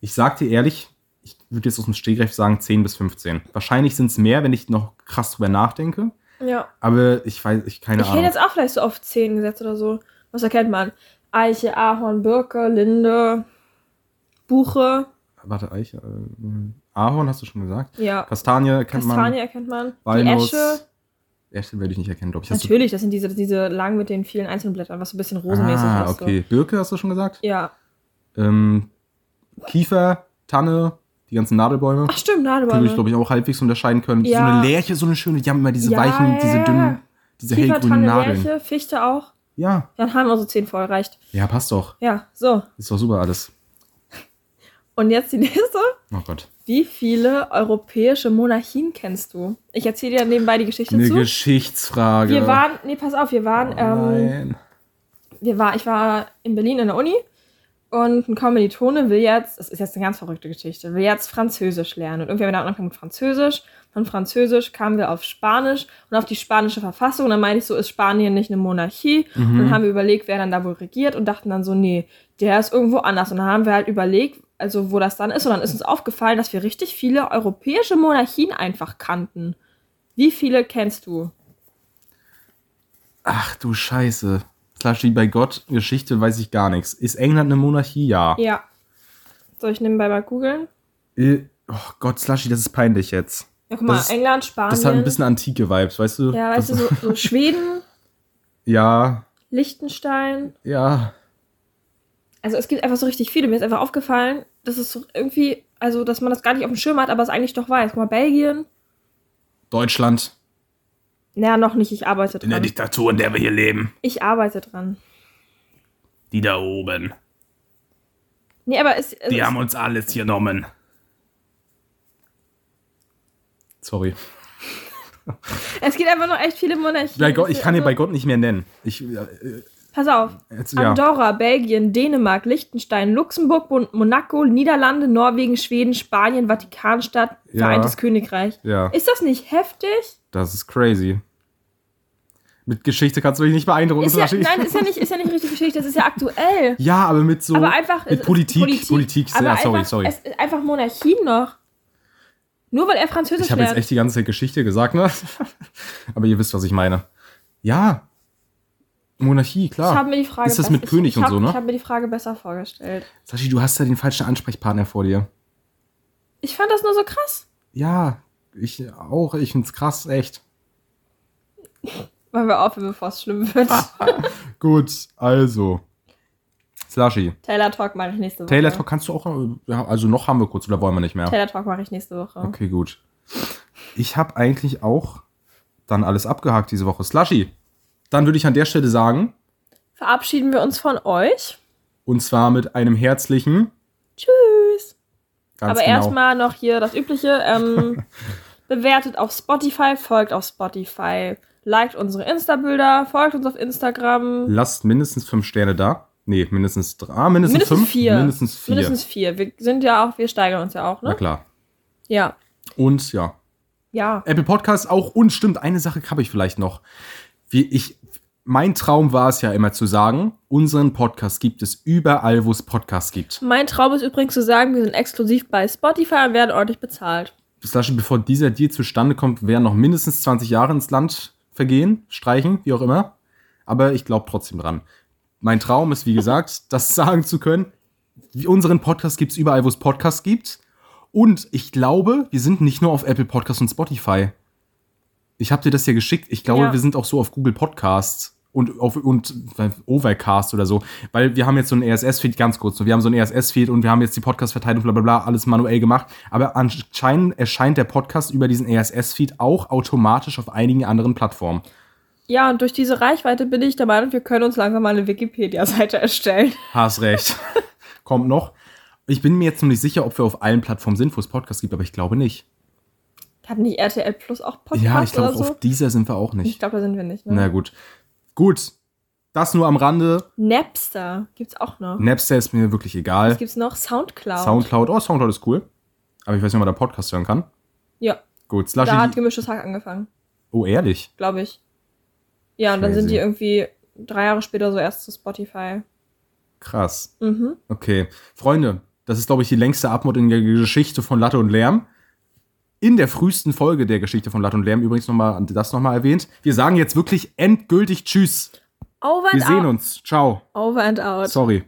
A: Ich sag dir ehrlich, ich würde jetzt aus dem Stegreif sagen 10 bis 15. Wahrscheinlich sind es mehr, wenn ich noch krass drüber nachdenke.
B: ja.
A: Aber ich weiß, ich keine
B: Ich hätte
A: Ahnung.
B: jetzt auch vielleicht so auf 10 gesetzt oder so. Was erkennt man? Eiche, Ahorn, Birke, Linde, Buche.
A: Warte, Eiche. Äh, Ahorn hast du schon gesagt.
B: Ja,
A: Kastanie kennt
B: Kastanie
A: man.
B: erkennt man.
A: Walnuss.
B: Die Esche.
A: Esche werde ich nicht erkennen, glaube ich. Hast du-
B: Natürlich, das sind diese, diese lang mit den vielen Einzelblättern, was so ein bisschen rosenmäßig
A: ah,
B: ist.
A: okay. Birke hast du schon gesagt.
B: So. Ja.
A: Ähm, Kiefer, Tanne, die ganzen Nadelbäume.
B: Ach stimmt,
A: Die
B: ne?
A: würde ich,
B: Nadelbäume.
A: glaube ich, auch halbwegs unterscheiden können. So
B: Ja.
A: eine Lärche, so eine schöne, die haben immer diese
B: Ja,
A: weichen,
B: ja,
A: diese
B: ja.
A: dünnen, diese
B: Kiefer,
A: hellgrünen
B: Tanne,
A: Nadeln.
B: Lärche, Fichte auch.
A: Ja,
B: Dann haben wir so 10 voll, reicht.
A: ja, passt doch.
B: Ja, so.
A: Ist doch super alles.
B: Und jetzt die nächste.
A: Oh Gott.
B: Wie viele europäische Monarchien kennst du? Ich erzähle dir nebenbei die Geschichte
A: Eine
B: zu.
A: Geschichtsfrage.
B: wir waren, nee, pass auf, wir
A: oh,
B: waren, ähm,
A: nein.
B: wir war, ich war in Berlin in der Uni und ein Kommilitone will jetzt, das ist jetzt eine ganz verrückte Geschichte, will jetzt Französisch lernen. Und irgendwer hat angefangen mit Französisch. Von Französisch kamen wir auf Spanisch und auf die spanische Verfassung. Und dann meinte ich so, ist Spanien nicht eine Monarchie? Und dann haben wir überlegt, wer dann da wohl regiert und dachten dann so, nee, der ist irgendwo anders. Und dann haben wir halt überlegt, also wo das dann ist. Und dann ist uns aufgefallen, dass wir richtig viele europäische Monarchien einfach kannten. Wie viele kennst du?
A: Ach du Scheiße. Klar wie bei Gott, Geschichte weiß ich gar nichts. Ist England eine Monarchie? Ja.
B: Ja. Soll ich nebenbei mal googeln?
A: Äh, Oh Gott, Slushy, das ist peinlich jetzt.
B: Ja, guck mal,
A: Das-
B: England, Spanien.
A: Das hat ein bisschen antike Vibes, weißt du?
B: ja, weißt du,
A: das,
B: so, so Schweden,
A: Ja,
B: Liechtenstein.
A: ja.
B: Also es gibt einfach so richtig viele. Mir ist einfach aufgefallen, dass es so irgendwie, also dass man das gar nicht auf dem Schirm hat, aber es eigentlich doch weiß. Guck mal, Belgien.
A: Deutschland,
B: Naja, noch nicht. Ich arbeite
A: in der
B: dran.
A: Diktatur, in der wir hier leben.
B: Ich arbeite dran.
A: Die da oben.
B: Nee, aber es, also
A: Die
B: es
A: haben uns alles genommen. Sorry.
B: Es gibt einfach noch echt viele Monarchien.
A: Bei Gott, ich kann den
B: Also,
A: bei Gott nicht mehr nennen. Ich, äh,
B: Pass auf.
A: jetzt, ja.
B: Andorra, Belgien, Dänemark, Liechtenstein, Luxemburg, Mon- Monaco, Niederlande, Norwegen, Schweden, Spanien, Vatikanstadt,
A: Ja.
B: Vereintes Königreich.
A: ja,
B: Ist das nicht heftig?
A: das ist crazy. Mit Geschichte kannst du mich nicht beeindrucken.
B: Ist ja,
A: Sascha.
B: nein, ist ja nicht, ist ja nicht richtig Geschichte, das ist ja aktuell.
A: ja, aber mit so.
B: aber einfach.
A: mit
B: es-
A: Politik- Politik,
B: aber
A: ja, sorry,
B: einfach,
A: sorry.
B: Es, einfach Monarchien noch. Nur weil er Französisch
A: Ich habe jetzt
B: lernt.
A: echt die ganze Geschichte gesagt, ne? Aber ihr wisst, was ich meine. Ja. Monarchie,
B: ich
A: klar.
B: habe mir die Frage
A: Ist das
B: bess-
A: mit König
B: ich, ich
A: und
B: hab,
A: so, ne?
B: Ich habe mir die Frage besser vorgestellt.
A: Sashi, du hast ja den falschen Ansprechpartner vor dir.
B: Ich fand das nur so krass.
A: Ja, ich auch. Ich find's krass, echt.
B: Wollen wir aufhören, bevor es schlimm wird.
A: Ah. Gut, also. Slashi.
B: Taylor Talk mache ich nächste Woche.
A: Taylor Talk kannst du auch. äh, ja, Also noch haben wir kurz, oder wollen wir nicht mehr?
B: Taylor Talk mache ich nächste Woche.
A: Okay, gut. Ich habe eigentlich auch dann alles abgehakt diese Woche. Slushy. Dann würde ich an der Stelle sagen,
B: Verabschieden wir uns von euch.
A: und zwar mit einem herzlichen.
B: Tschüss.
A: Ganz
B: Aber
A: genau.
B: erstmal noch hier das Übliche. Ähm, bewertet auf Spotify, folgt auf Spotify, liked unsere Insta-Bilder, folgt uns auf Instagram.
A: Lasst mindestens fünf Sterne da. Nee, mindestens drei. Ah, mindestens,
B: Mindestens
A: fünf.
B: vier.
A: Mindestens vier.
B: Mindestens vier. Wir sind ja auch, wir steigern uns ja auch,
A: Na
B: ne?
A: klar.
B: Ja.
A: Und ja,
B: Ja.
A: Apple Podcasts auch. Und stimmt, eine Sache habe ich vielleicht noch. Wie ich, mein Traum war es ja immer zu sagen, unseren Podcast gibt es überall, wo es Podcasts gibt.
B: Mein Traum ist übrigens zu sagen, wir sind exklusiv bei Spotify und werden ordentlich bezahlt.
A: Slushy, bevor dieser Deal zustande kommt, werden noch mindestens 20 Jahre ins Land vergehen, streichen, wie auch immer. Aber ich glaube trotzdem dran. Mein Traum ist, wie gesagt, das sagen zu können. Wie unseren Podcast gibt's überall, wo es Podcasts gibt. Und ich glaube, wir sind nicht nur auf Apple Podcasts und Spotify. Ich habe dir das ja geschickt. Ich glaube,
B: Ja.
A: wir sind auch so auf Google Podcasts und auf und äh, Overcast oder so, weil wir haben jetzt so einen RSS-Feed ganz kurz. So, wir haben so einen RSS-Feed und wir haben jetzt die Podcast-Verteilung, bla bla bla, alles manuell gemacht. Aber anscheinend erscheint der Podcast über diesen RSS-Feed auch automatisch auf einigen anderen Plattformen.
B: Ja, und durch diese Reichweite bin ich der Meinung, wir können uns langsam mal eine Wikipedia-Seite erstellen.
A: Hast recht. Kommt noch. Ich bin mir jetzt noch nicht sicher, ob wir auf allen Plattformen sind, wo es Podcasts gibt, aber ich glaube nicht.
B: Hat nicht RTL Plus auch Podcast
A: ja, ich glaube,
B: oder so?
A: auf dieser sind wir auch
B: Ich
A: nicht.
B: glaube, da sind wir nicht. Ne?
A: Na gut. Gut. Das nur am Rande.
B: Napster gibt's auch noch.
A: Napster ist mir wirklich egal.
B: Was gibt's noch? Soundcloud.
A: Soundcloud. Oh, Soundcloud ist cool. Aber ich weiß nicht, ob man da Podcast hören kann.
B: Ja,
A: Gut,
B: da hat
A: Slushy.
B: gemischtes Hack angefangen,
A: Oh, ehrlich.
B: glaube ich. Ja, und dann
A: Crazy.
B: sind die irgendwie drei Jahre später so erst zu Spotify.
A: Krass.
B: Mhm.
A: Okay. Freunde, das ist, glaube ich, die längste Abmod in der Geschichte von Latte und Lärm. In der frühesten Folge der Geschichte von Latte und Lärm übrigens nochmal das nochmal erwähnt. Wir sagen jetzt wirklich endgültig Tschüss.
B: Over and
A: Wir sehen
B: out.
A: uns. Ciao.
B: Over and out.
A: Sorry.